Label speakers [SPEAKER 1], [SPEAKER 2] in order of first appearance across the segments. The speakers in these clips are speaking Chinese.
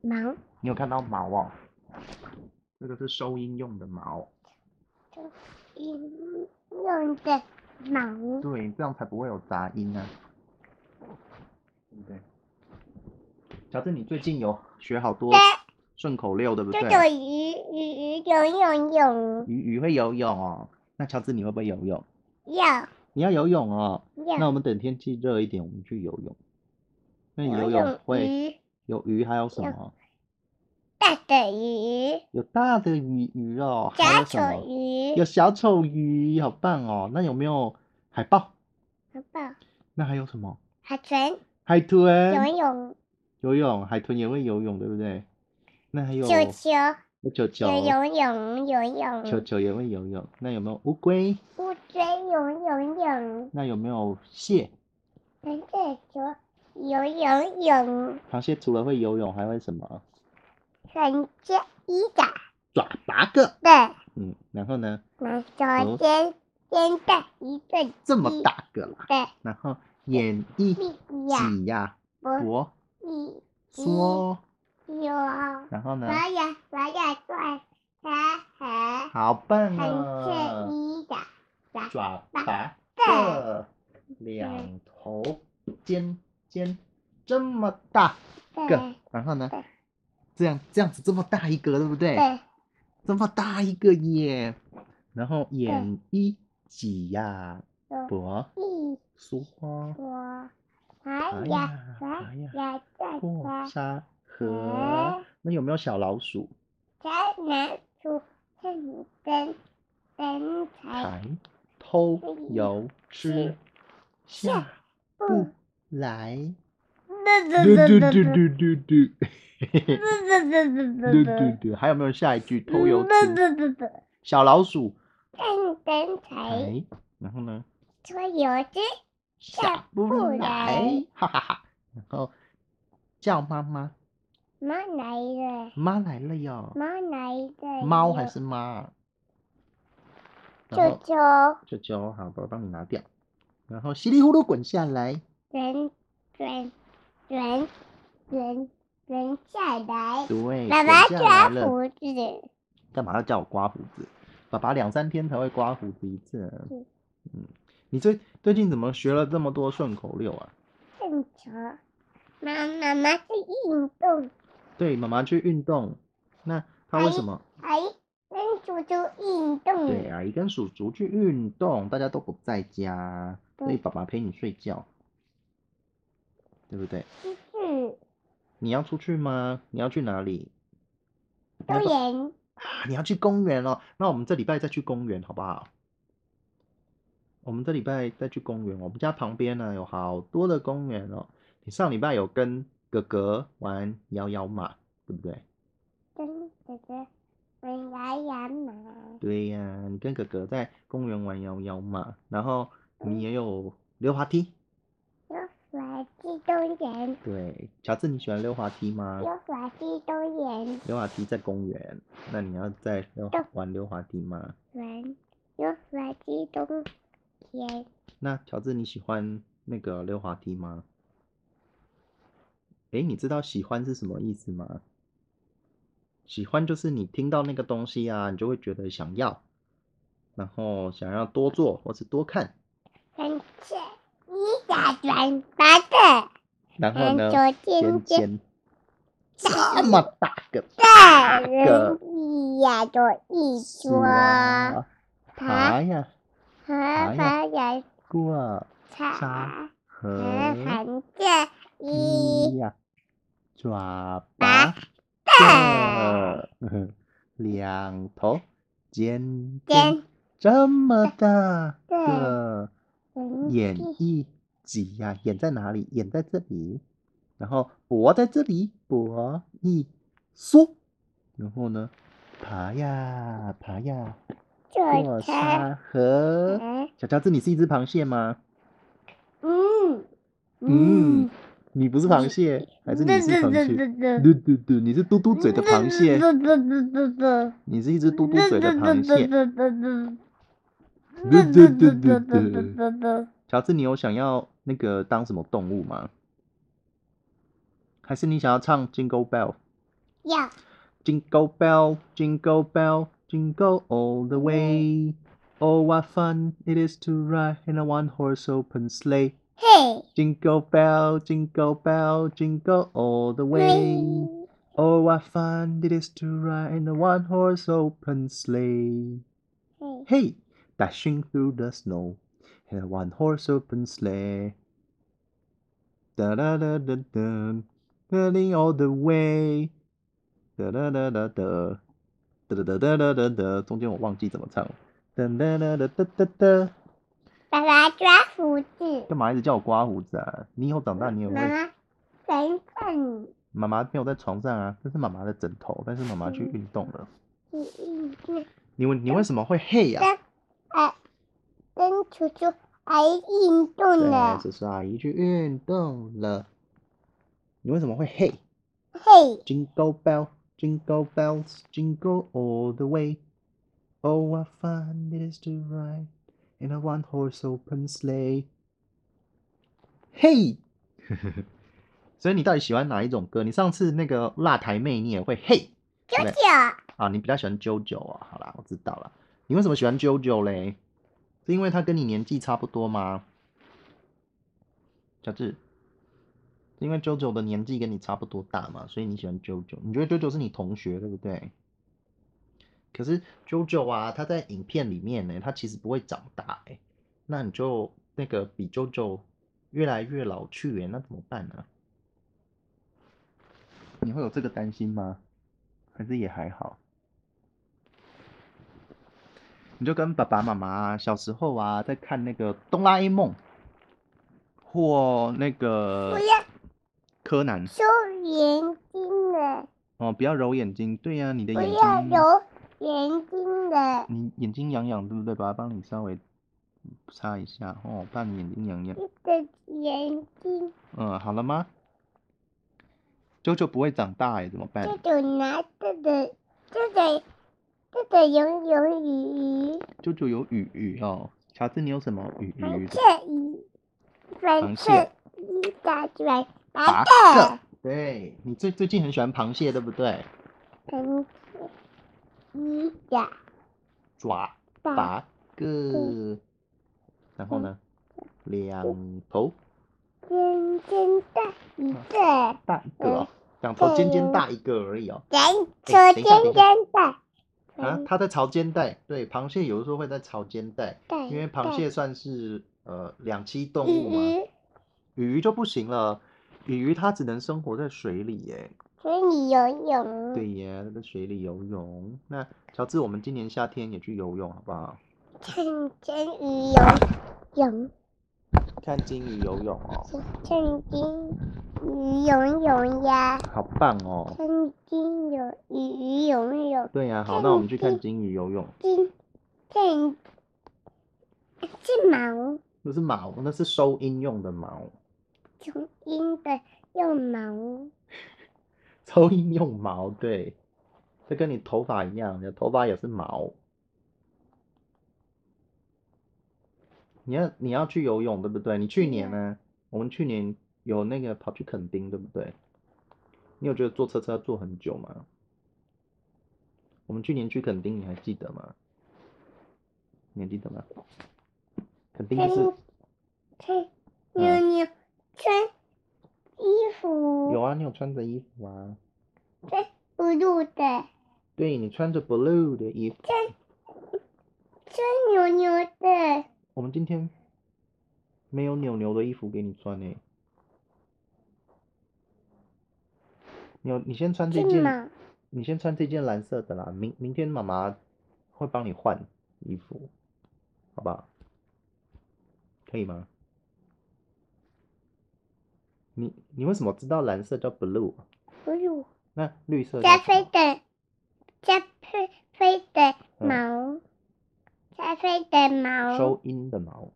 [SPEAKER 1] 毛，
[SPEAKER 2] 你有看到毛哦？这个是收音用的毛，
[SPEAKER 1] 用用的毛，
[SPEAKER 2] 对，这样才不会有杂音啊，对不对？乔治，你最近有学好多顺口溜，对不
[SPEAKER 1] 这
[SPEAKER 2] 对？
[SPEAKER 1] 种鱼鱼鱼游泳泳，
[SPEAKER 2] 鱼鱼会游泳哦，那乔治你会不会游泳？
[SPEAKER 1] 要
[SPEAKER 2] 你要游泳哦，那
[SPEAKER 1] 要
[SPEAKER 2] 我们等天气热一点，我们去游泳。那你
[SPEAKER 1] 游
[SPEAKER 2] 游泳会
[SPEAKER 1] 鱼
[SPEAKER 2] 有鱼，还有什
[SPEAKER 1] 有
[SPEAKER 2] 么？
[SPEAKER 1] 大的鱼，
[SPEAKER 2] 有大的鱼鱼哦，
[SPEAKER 1] 小
[SPEAKER 2] 还有什
[SPEAKER 1] 丑
[SPEAKER 2] 么？
[SPEAKER 1] 鱼
[SPEAKER 2] 有，小丑鱼，好棒哦！那有没有海豹？
[SPEAKER 1] 好不好？
[SPEAKER 2] 那还有什么？
[SPEAKER 1] 海豚
[SPEAKER 2] 海豚
[SPEAKER 1] 游泳，
[SPEAKER 2] 游泳，海豚也会游泳，对不对？那还有
[SPEAKER 1] 球球
[SPEAKER 2] 有球球，
[SPEAKER 1] 游泳游
[SPEAKER 2] 球
[SPEAKER 1] 泳，
[SPEAKER 2] 球也会游泳。那有没有乌龟？
[SPEAKER 1] 乌龟游游泳，
[SPEAKER 2] 那有没有蟹？
[SPEAKER 1] 螃蟹球游游泳，
[SPEAKER 2] 螃蟹除了会游泳，还会什么？
[SPEAKER 1] 很接一打
[SPEAKER 2] 爪八个。
[SPEAKER 1] 的。
[SPEAKER 2] 嗯，然后呢？
[SPEAKER 1] 那昨天先带一个
[SPEAKER 2] 这么大个啦。
[SPEAKER 1] 的
[SPEAKER 2] 然后眼一
[SPEAKER 1] 蜜呀，
[SPEAKER 2] 挤呀，
[SPEAKER 1] 我
[SPEAKER 2] 脖
[SPEAKER 1] 一
[SPEAKER 2] 缩，
[SPEAKER 1] 有，
[SPEAKER 2] 然后呢？
[SPEAKER 1] 我也我也转，哈哈，
[SPEAKER 2] 好笨
[SPEAKER 1] 很
[SPEAKER 2] 啊！
[SPEAKER 1] 介意的，
[SPEAKER 2] 爪
[SPEAKER 1] 八嗯
[SPEAKER 2] 八
[SPEAKER 1] 个
[SPEAKER 2] 个，两头尖尖，这么大个
[SPEAKER 1] 对，
[SPEAKER 2] 然后呢
[SPEAKER 1] 对？
[SPEAKER 2] 这样这样子这么大一个，对不对？
[SPEAKER 1] 对
[SPEAKER 2] 这么大一个耶！然后眼一挤呀，
[SPEAKER 1] 有
[SPEAKER 2] 脖
[SPEAKER 1] 一
[SPEAKER 2] 缩，
[SPEAKER 1] 我，
[SPEAKER 2] 爬
[SPEAKER 1] 我也
[SPEAKER 2] 呀爬
[SPEAKER 1] 我
[SPEAKER 2] 呀，
[SPEAKER 1] 也转
[SPEAKER 2] 过
[SPEAKER 1] 转，
[SPEAKER 2] 沙河
[SPEAKER 1] 河。
[SPEAKER 2] 那有没有小老鼠？
[SPEAKER 1] 才拿出认真真才
[SPEAKER 2] 抬头
[SPEAKER 1] 嗯
[SPEAKER 2] 游吃下
[SPEAKER 1] 下
[SPEAKER 2] 不
[SPEAKER 1] 不。
[SPEAKER 2] 来。
[SPEAKER 1] 嘟
[SPEAKER 2] 嘟
[SPEAKER 1] 嘟
[SPEAKER 2] 嘟嘟
[SPEAKER 1] 嘟
[SPEAKER 2] 嘟嘟嘟，嘿嘿
[SPEAKER 1] 嘟嘟
[SPEAKER 2] 嘟嘟嘟，还有没有下一句？偷油吃
[SPEAKER 1] 嘟嘟嘟哎嘟，
[SPEAKER 2] 小老鼠
[SPEAKER 1] 认真才。
[SPEAKER 2] 抬，然后呢？
[SPEAKER 1] 说有只
[SPEAKER 2] 下不
[SPEAKER 1] 不
[SPEAKER 2] 来
[SPEAKER 1] 来，
[SPEAKER 2] 哈哈哈。然后叫妈妈，
[SPEAKER 1] 猫来了，
[SPEAKER 2] 妈来了哟。
[SPEAKER 1] 猫来了，
[SPEAKER 2] 猫还是妈？然
[SPEAKER 1] 舅
[SPEAKER 2] 后
[SPEAKER 1] 舅
[SPEAKER 2] 球球，好，我帮你拿掉。然后稀里糊涂滚下来，
[SPEAKER 1] 卷卷卷卷卷下来，
[SPEAKER 2] 对，
[SPEAKER 1] 爸
[SPEAKER 2] 滚
[SPEAKER 1] 爸
[SPEAKER 2] 下来
[SPEAKER 1] 抓
[SPEAKER 2] 了。
[SPEAKER 1] 胡子，
[SPEAKER 2] 干嘛要叫我刮胡子？爸爸两三天才会刮胡子一次、啊
[SPEAKER 1] 嗯。
[SPEAKER 2] 嗯，你最最近怎么学了这么多顺口溜啊？
[SPEAKER 1] 正常。妈妈妈是运动，
[SPEAKER 2] 对，妈妈去运动，那她为什么？
[SPEAKER 1] 哎，跟叔叔运
[SPEAKER 2] 对，啊
[SPEAKER 1] 动，
[SPEAKER 2] 阿姨跟叔叔去运动，大家都不在家，所
[SPEAKER 1] 对
[SPEAKER 2] 以爸爸陪你睡觉，对不对？
[SPEAKER 1] 就是
[SPEAKER 2] 你要出去吗？你要去哪里？
[SPEAKER 1] 都
[SPEAKER 2] 你要
[SPEAKER 1] 演
[SPEAKER 2] 啊你要去公园哦，那我们这礼拜再去公园好不好？我们这礼拜再去公园，我们家旁边呢有好多的公园哦。你上礼拜有跟哥哥玩摇摇马，对不对？
[SPEAKER 1] 跟哥哥玩牙牙马，
[SPEAKER 2] 对呀、你跟哥哥在公园玩摇摇马，然后你也有溜滑梯。
[SPEAKER 1] 又滑去动园，
[SPEAKER 2] 对，乔治，你喜欢溜滑梯吗？
[SPEAKER 1] 又滑去动园。
[SPEAKER 2] 溜滑梯在公园，那你要在溜
[SPEAKER 1] 对
[SPEAKER 2] 玩溜滑梯吗？
[SPEAKER 1] 玩有滑稽冬天，
[SPEAKER 2] 那乔治，你喜欢那个溜滑梯吗？诶，你知道喜欢是什么意思吗？喜欢就是你听到那个东西啊，你就会觉得想要，然后想要多做或是多看，
[SPEAKER 1] 但是一打转八的，
[SPEAKER 2] 然后
[SPEAKER 1] 人
[SPEAKER 2] 呢，
[SPEAKER 1] 昨天
[SPEAKER 2] 尖
[SPEAKER 1] 见
[SPEAKER 2] 尖，这么大个
[SPEAKER 1] 大
[SPEAKER 2] 个
[SPEAKER 1] 人一呀就一
[SPEAKER 2] 树
[SPEAKER 1] 说，
[SPEAKER 2] 啊，
[SPEAKER 1] 爬
[SPEAKER 2] 爬呀，
[SPEAKER 1] 和
[SPEAKER 2] 爬
[SPEAKER 1] 爬人
[SPEAKER 2] 过
[SPEAKER 1] 茶
[SPEAKER 2] 沙，
[SPEAKER 1] 和
[SPEAKER 2] 河
[SPEAKER 1] 寒假
[SPEAKER 2] 一
[SPEAKER 1] 一
[SPEAKER 2] 呀，爪
[SPEAKER 1] 拔
[SPEAKER 2] 拔
[SPEAKER 1] 大
[SPEAKER 2] 的两头尖尖
[SPEAKER 1] 尖
[SPEAKER 2] 这么大
[SPEAKER 1] 对
[SPEAKER 2] 个
[SPEAKER 1] 人
[SPEAKER 2] 眼一挤呀、眼在哪里？眼在这里，然后脖在这里，脖一缩，然后呢，爬呀爬呀，
[SPEAKER 1] 坐
[SPEAKER 2] 过
[SPEAKER 1] 车，
[SPEAKER 2] 沙河。小乔治，你是一只螃蟹吗？
[SPEAKER 1] 嗯
[SPEAKER 2] 嗯，你不是螃
[SPEAKER 1] 你
[SPEAKER 2] 蟹，还是你是螃蟹？
[SPEAKER 1] 嘟
[SPEAKER 2] 嘟嘟嘟，你是嘟嘟嘴的螃蟹，
[SPEAKER 1] 嘟嘟嘟嘟嘟。
[SPEAKER 2] 你是一只嘟嘟嘴的螃蟹。
[SPEAKER 1] 嘟嘟嘟嘟嘟嘟嘟嘟，
[SPEAKER 2] 乔治，你有想要那个当什么动物吗？还是你想要唱 Jingle Bell？
[SPEAKER 1] 有
[SPEAKER 2] Jingle bell, jingle bell, jingle all the way. Oh, what fun it is to ride in a one horse open sleigh.
[SPEAKER 1] 嘿，
[SPEAKER 2] Jingle bell, jingle bell, jingle all the way. Oh, what fun it is to ride in a one horse open sleigh.
[SPEAKER 1] 嘿，
[SPEAKER 2] Hey, dashing through the snow in a one horse open sleigh. Da da da da da, running all the way. Da da da da da, da da da da da da. 中间我忘记怎么唱了。哒哒哒哒哒哒哒。
[SPEAKER 1] 爸爸抓胡子，
[SPEAKER 2] 干嘛一直叫我刮胡子啊？你以后长大你也
[SPEAKER 1] 妈
[SPEAKER 2] 会。
[SPEAKER 1] 妈等等你，
[SPEAKER 2] 妈妈没有在床上啊，这是妈妈的枕头，但是妈妈去运动了。
[SPEAKER 1] 你你你
[SPEAKER 2] 你为你为什么会嘿啊呀、
[SPEAKER 1] 跟呃跟楚楚还运动
[SPEAKER 2] 对，
[SPEAKER 1] 呢，
[SPEAKER 2] 这是阿姨去运动了。你为什么会嘿？
[SPEAKER 1] 嘿，
[SPEAKER 2] Jingle bell, jingle bells, jingle all the way. Oh, what fun it is to ride in a one horse open sleigh. Hey! 所以你到底喜欢哪一种歌？你上次那个辣台妹你也会嘿
[SPEAKER 1] 舅
[SPEAKER 2] 对
[SPEAKER 1] 舅
[SPEAKER 2] 啊？你比较喜欢 JoJo 啊？好啦，我知道了。你为什么喜欢 JoJo 嘞？是因为他跟你年纪差不多吗？小智，是因为 JoJo 的年纪跟你差不多大嘛，所以你喜欢 JoJo。你觉得 JoJo 是你同学对不对？可是 JoJo 啊，他在影片里面呢，他其实不会长大哎，那你就那个比 JoJo 越来越老去哎，那怎么办呢、你会有这个担心吗？还是也还好？你就跟爸爸妈妈啊小时候啊，在看那个《哆啦 A 梦》或那个
[SPEAKER 1] 我要
[SPEAKER 2] 柯南
[SPEAKER 1] 收眼睛了，
[SPEAKER 2] 哦，不要揉眼睛，对呀、你的
[SPEAKER 1] 我
[SPEAKER 2] 眼
[SPEAKER 1] 要
[SPEAKER 2] 睛，
[SPEAKER 1] 揉眼睛了，
[SPEAKER 2] 你眼睛痒痒，对不对？爸爸帮你稍微擦一下哦，怕你眼睛痒痒。
[SPEAKER 1] 我的眼睛，
[SPEAKER 2] 嗯，好了吗？啾啾不会长大哎，怎么办
[SPEAKER 1] 这？种拿这个这个这个游泳鱼。
[SPEAKER 2] 啾啾有鱼鱼哦，乔治你有什么鱼
[SPEAKER 1] 螃
[SPEAKER 2] 鱼的？
[SPEAKER 1] 蟹一，
[SPEAKER 2] 螃
[SPEAKER 1] 粉
[SPEAKER 2] 蟹
[SPEAKER 1] 刺一大卷，
[SPEAKER 2] 八
[SPEAKER 1] 白
[SPEAKER 2] 个
[SPEAKER 1] 的，
[SPEAKER 2] 对你最最近很喜欢螃蟹，对不对？
[SPEAKER 1] 螃蟹一大
[SPEAKER 2] 爪
[SPEAKER 1] 大
[SPEAKER 2] 八个，然后呢？两头
[SPEAKER 1] 尖尖的一个，
[SPEAKER 2] 大一个哦，两头尖尖大一个而已哦。
[SPEAKER 1] 人
[SPEAKER 2] 哎
[SPEAKER 1] 说尖
[SPEAKER 2] 等一下等一
[SPEAKER 1] 尖
[SPEAKER 2] 下
[SPEAKER 1] 的，
[SPEAKER 2] 啊，
[SPEAKER 1] 人
[SPEAKER 2] 它在朝肩带，对，螃蟹有的时候会在朝肩带，
[SPEAKER 1] 带
[SPEAKER 2] 因为螃蟹算是呃两栖
[SPEAKER 1] 带
[SPEAKER 2] 动物嘛，
[SPEAKER 1] 鱼鱼，
[SPEAKER 2] 鱼就不行了，鱼它只能生活在水里耶，
[SPEAKER 1] 所以你游泳，
[SPEAKER 2] 对耶，它在水里游泳。那乔治，我们今年夏天也去游泳好不好？
[SPEAKER 1] 趁真鱼游泳，
[SPEAKER 2] 看金鱼游泳哦，
[SPEAKER 1] 趁金鱼游泳呀，
[SPEAKER 2] 好棒哦！
[SPEAKER 1] 趁金有鱼游泳。
[SPEAKER 2] 对呀、好，那我们去看
[SPEAKER 1] 看
[SPEAKER 2] 金鱼游泳，
[SPEAKER 1] 金正是毛，
[SPEAKER 2] 那是毛，那是收音用的毛，
[SPEAKER 1] 从音的用毛，
[SPEAKER 2] 收音用毛，对，这跟你头发一样，你的头发也是毛。你要你要去游泳对不对？你去年呢？我们去年有那个跑去垦丁对不对？你有觉得坐车车要坐很久吗？我们去年去垦丁，你还记得吗？你还记得吗？垦丁就是
[SPEAKER 1] 穿穿妞妞穿衣服，
[SPEAKER 2] 有啊，你有穿着衣服啊，
[SPEAKER 1] 穿不露的，穿
[SPEAKER 2] 对你穿着 blue 的衣服。
[SPEAKER 1] 妞妞的，
[SPEAKER 2] 我们今天没有扭扭的衣服给你穿呢、欸你有你先穿这
[SPEAKER 1] 是
[SPEAKER 2] 件，
[SPEAKER 1] 毛
[SPEAKER 2] 你先穿这件蓝色的啦。明明天妈妈会帮你换衣服，好不好？可以吗？你你为什么知道蓝色叫 blue？啊
[SPEAKER 1] 不露，
[SPEAKER 2] 那绿色
[SPEAKER 1] 加
[SPEAKER 2] 叫什
[SPEAKER 1] 菲
[SPEAKER 2] 么
[SPEAKER 1] 的，加菲菲的毛，加菲的毛
[SPEAKER 2] 收音的毛，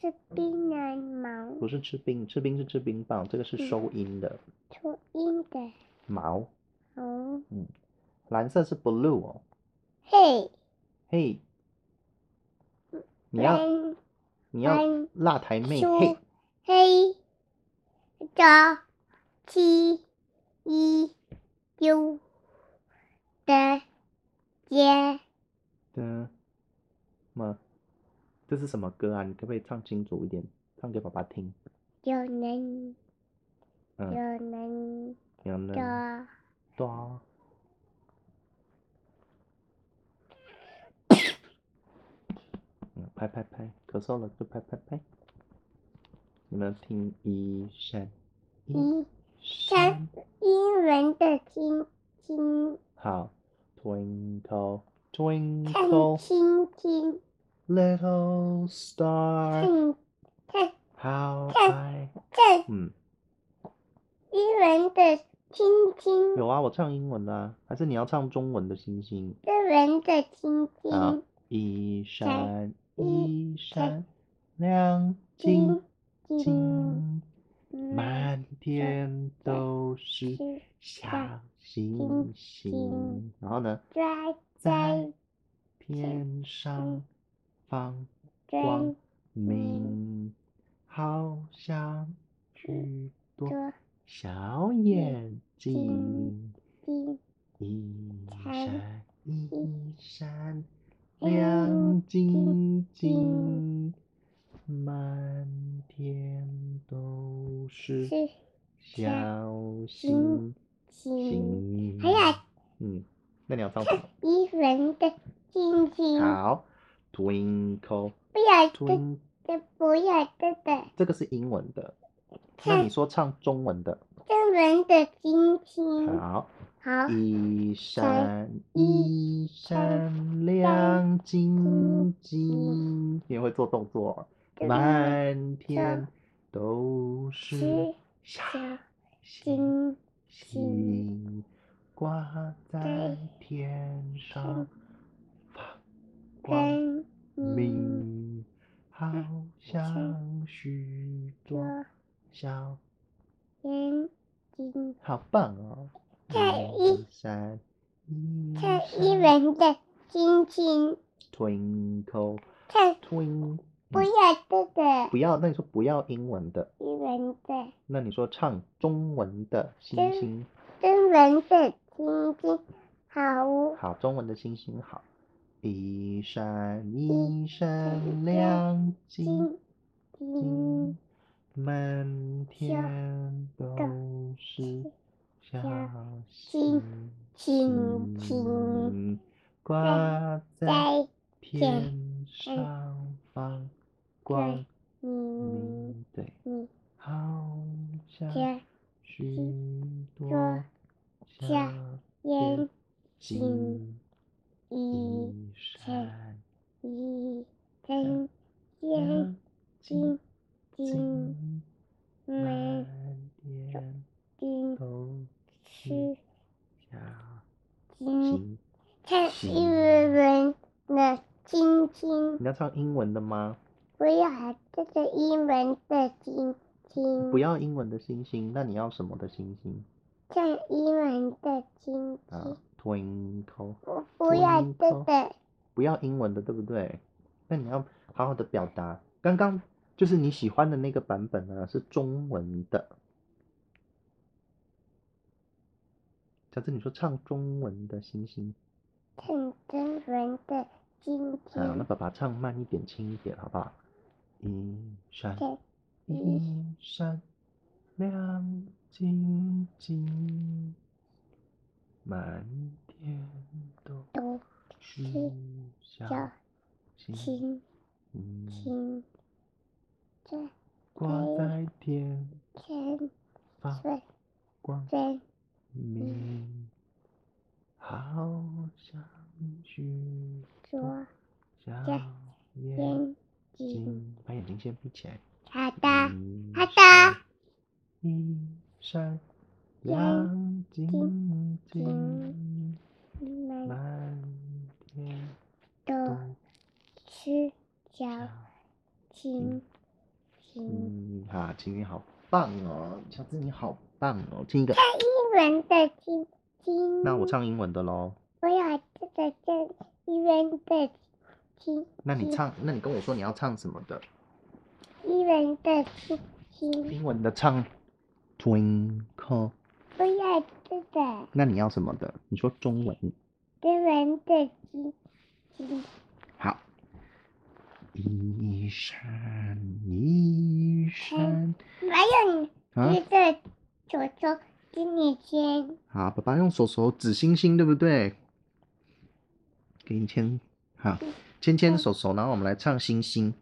[SPEAKER 1] 是槟榔毛，
[SPEAKER 2] 不是吃冰，吃冰是吃冰棒，这个是
[SPEAKER 1] 嗯
[SPEAKER 2] 收音的
[SPEAKER 1] 从音的
[SPEAKER 2] 毛。
[SPEAKER 1] 毛，
[SPEAKER 2] 蓝色是 blue 哦，
[SPEAKER 1] 嘿，
[SPEAKER 2] 嘿，你要
[SPEAKER 1] 蓝
[SPEAKER 2] 你要
[SPEAKER 1] 蓝
[SPEAKER 2] 辣台妹
[SPEAKER 1] 书
[SPEAKER 2] 嘿，
[SPEAKER 1] 黑朝七一九街，
[SPEAKER 2] 的吗？啊这是什么歌啊？你可不可以唱清楚一点，唱给爸爸听？
[SPEAKER 1] 有人有
[SPEAKER 2] 嗯，
[SPEAKER 1] 人
[SPEAKER 2] 有呢，
[SPEAKER 1] 的
[SPEAKER 2] 对啊，嗯，拍拍拍，咳嗽了就拍拍拍。你们听一闪一
[SPEAKER 1] 英
[SPEAKER 2] 闪，
[SPEAKER 1] 英文的亲亲
[SPEAKER 2] 好，twinkle
[SPEAKER 1] 看
[SPEAKER 2] twinkle
[SPEAKER 1] 亲亲
[SPEAKER 2] little star，
[SPEAKER 1] 看看
[SPEAKER 2] how
[SPEAKER 1] 看
[SPEAKER 2] I
[SPEAKER 1] 看
[SPEAKER 2] 嗯。
[SPEAKER 1] 英文的亲亲，
[SPEAKER 2] 有啊，我唱英文的啊，还是你要唱中文的星星？
[SPEAKER 1] 英文的亲
[SPEAKER 2] 好
[SPEAKER 1] 亲，
[SPEAKER 2] 一闪
[SPEAKER 1] 一
[SPEAKER 2] 一闪亮晶
[SPEAKER 1] 金
[SPEAKER 2] 晶，满天都是
[SPEAKER 1] 是
[SPEAKER 2] 小星星
[SPEAKER 1] 星。
[SPEAKER 2] 然后呢，
[SPEAKER 1] 抓
[SPEAKER 2] 在
[SPEAKER 1] 在
[SPEAKER 2] 天上放光
[SPEAKER 1] 真
[SPEAKER 2] 明，好像许多
[SPEAKER 1] 多
[SPEAKER 2] 小眼睛。
[SPEAKER 1] 金
[SPEAKER 2] 一
[SPEAKER 1] 才
[SPEAKER 2] 闪一闪
[SPEAKER 1] 亮
[SPEAKER 2] 亮晶晶
[SPEAKER 1] 嗯晶，
[SPEAKER 2] 满天都是
[SPEAKER 1] 是
[SPEAKER 2] 小星
[SPEAKER 1] 星星，
[SPEAKER 2] 星。
[SPEAKER 1] 还有啊
[SPEAKER 2] 嗯，那你要唱什么？
[SPEAKER 1] 英文的亲亲，
[SPEAKER 2] 好，Twinkle
[SPEAKER 1] 不要的
[SPEAKER 2] Twin，
[SPEAKER 1] 的不要的的。
[SPEAKER 2] 这个是英文的。那你说唱中文的，
[SPEAKER 1] 中文的亲亲，
[SPEAKER 2] 好，
[SPEAKER 1] 好，
[SPEAKER 2] 一闪
[SPEAKER 1] 啊一
[SPEAKER 2] 一闪亮晶晶，你也会做动作哦。满天都是
[SPEAKER 1] 是
[SPEAKER 2] 小
[SPEAKER 1] 小
[SPEAKER 2] 星
[SPEAKER 1] 星
[SPEAKER 2] 星，挂在
[SPEAKER 1] 在
[SPEAKER 2] 天上放光
[SPEAKER 1] 跟你
[SPEAKER 2] 明，好像许多
[SPEAKER 1] 说
[SPEAKER 2] 小，
[SPEAKER 1] 眼睛，
[SPEAKER 2] 好棒哦！
[SPEAKER 1] 在
[SPEAKER 2] 一闪一
[SPEAKER 1] 看
[SPEAKER 2] 闪
[SPEAKER 1] 一文的亲亲，
[SPEAKER 2] ，twinkle
[SPEAKER 1] 看
[SPEAKER 2] twin，嗯
[SPEAKER 1] 不要这
[SPEAKER 2] 不
[SPEAKER 1] 个
[SPEAKER 2] 要，那你说不要英文的，
[SPEAKER 1] 一文的
[SPEAKER 2] 那你说唱中文的星
[SPEAKER 1] 真
[SPEAKER 2] 星。
[SPEAKER 1] 中文的亲亲，好，
[SPEAKER 2] 好，中文的星星好。一闪
[SPEAKER 1] 一
[SPEAKER 2] 一闪
[SPEAKER 1] 闪
[SPEAKER 2] 亮晶
[SPEAKER 1] 亲亲
[SPEAKER 2] 晶，满天都是小
[SPEAKER 1] 星
[SPEAKER 2] 星
[SPEAKER 1] 亲亲，
[SPEAKER 2] 星，挂在
[SPEAKER 1] 在
[SPEAKER 2] 天上放光
[SPEAKER 1] 你
[SPEAKER 2] 明。对，
[SPEAKER 1] 你
[SPEAKER 2] 好像
[SPEAKER 1] 家
[SPEAKER 2] 许多
[SPEAKER 1] 多
[SPEAKER 2] 小
[SPEAKER 1] 小眼
[SPEAKER 2] 星。
[SPEAKER 1] 一
[SPEAKER 2] 一闪
[SPEAKER 1] 闪一睁眼睛
[SPEAKER 2] 晶
[SPEAKER 1] 睛。
[SPEAKER 2] 晶，
[SPEAKER 1] 满
[SPEAKER 2] 满天
[SPEAKER 1] 地
[SPEAKER 2] 都是
[SPEAKER 1] 是
[SPEAKER 2] 小
[SPEAKER 1] 金，
[SPEAKER 2] 星。
[SPEAKER 1] 看一轮的星星，
[SPEAKER 2] 你要唱英文的吗？
[SPEAKER 1] 不要这个英文的星星，
[SPEAKER 2] 不要英文的星星，那你要什么的星星
[SPEAKER 1] 看英文的星
[SPEAKER 2] 啊
[SPEAKER 1] 星，
[SPEAKER 2] ？Twinkle，
[SPEAKER 1] 我不要这个
[SPEAKER 2] 不要英文的，对不对？那你要好好的表达。刚刚就是你喜欢的那个版本呢，是中文的。小智，你说唱中文的星星。
[SPEAKER 1] 看中文的星
[SPEAKER 2] 好，啊那
[SPEAKER 1] 星，
[SPEAKER 2] 爸爸唱慢一点，轻一点，好不好？一闪
[SPEAKER 1] 看
[SPEAKER 2] 一闪亮晶晶，满天都
[SPEAKER 1] 都
[SPEAKER 2] 是小
[SPEAKER 1] 小
[SPEAKER 2] 星
[SPEAKER 1] 星
[SPEAKER 2] 星，
[SPEAKER 1] 星，这
[SPEAKER 2] 挂
[SPEAKER 1] 哦
[SPEAKER 2] 在天
[SPEAKER 1] 天
[SPEAKER 2] 发
[SPEAKER 1] 水
[SPEAKER 2] 光
[SPEAKER 1] 真
[SPEAKER 2] 明，好像许
[SPEAKER 1] 左
[SPEAKER 2] 小
[SPEAKER 1] 小
[SPEAKER 2] 眼
[SPEAKER 1] 眼睛，
[SPEAKER 2] 睛，把眼睛先闭起来。
[SPEAKER 1] 好的，
[SPEAKER 2] 好
[SPEAKER 1] 好的。
[SPEAKER 2] 一闪亮
[SPEAKER 1] 亮
[SPEAKER 2] 晶晶
[SPEAKER 1] 晶，你们
[SPEAKER 2] 满天
[SPEAKER 1] 都
[SPEAKER 2] 都
[SPEAKER 1] 是小
[SPEAKER 2] 小
[SPEAKER 1] 星星。
[SPEAKER 2] 星。哈，晴晴好棒哦，小智你好棒哦，听一个，
[SPEAKER 1] 英文的星星，
[SPEAKER 2] 那我唱英文的喽。
[SPEAKER 1] 我要这个这英文的星，
[SPEAKER 2] 那你
[SPEAKER 1] 嗯
[SPEAKER 2] 唱，那你跟我说你要唱什么的？
[SPEAKER 1] 英文的星星，
[SPEAKER 2] 英文的唱 Twinkle，
[SPEAKER 1] 我要这个
[SPEAKER 2] 那你要什么的？你说中文
[SPEAKER 1] 别人的鸡鸡，
[SPEAKER 2] 好，一闪一闪
[SPEAKER 1] 还有哎你
[SPEAKER 2] 啊，
[SPEAKER 1] 你的手手给你牵，
[SPEAKER 2] 好，爸爸用手手指星星，对不对？给你牵，好，牵牵手手，然后我们来唱星星。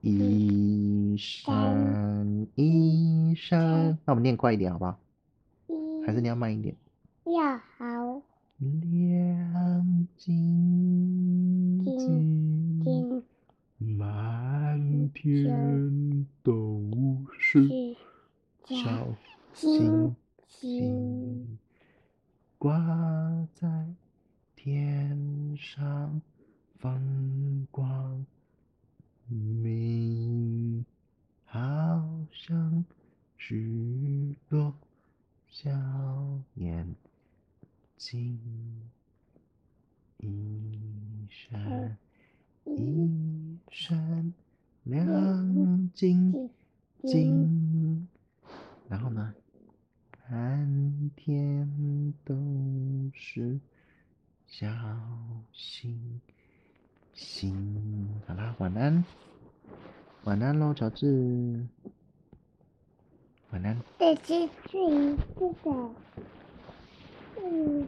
[SPEAKER 2] 一闪一闪，那我们念快一点好不好？还是你要慢一点？
[SPEAKER 1] 一要好
[SPEAKER 2] 亮晶晶，
[SPEAKER 1] 听
[SPEAKER 2] 满天都是
[SPEAKER 1] 是
[SPEAKER 2] 小
[SPEAKER 1] 星
[SPEAKER 2] 星
[SPEAKER 1] 星，
[SPEAKER 2] 星，挂在天上放光明，好像许多小眼睛，一闪
[SPEAKER 1] 一
[SPEAKER 2] 一闪嗯亮晶。
[SPEAKER 1] 晶
[SPEAKER 2] 金，然后呢？满天都是小星星。好啦，晚安，晚安喽，乔治，晚安。
[SPEAKER 1] 这是最这个，嗯。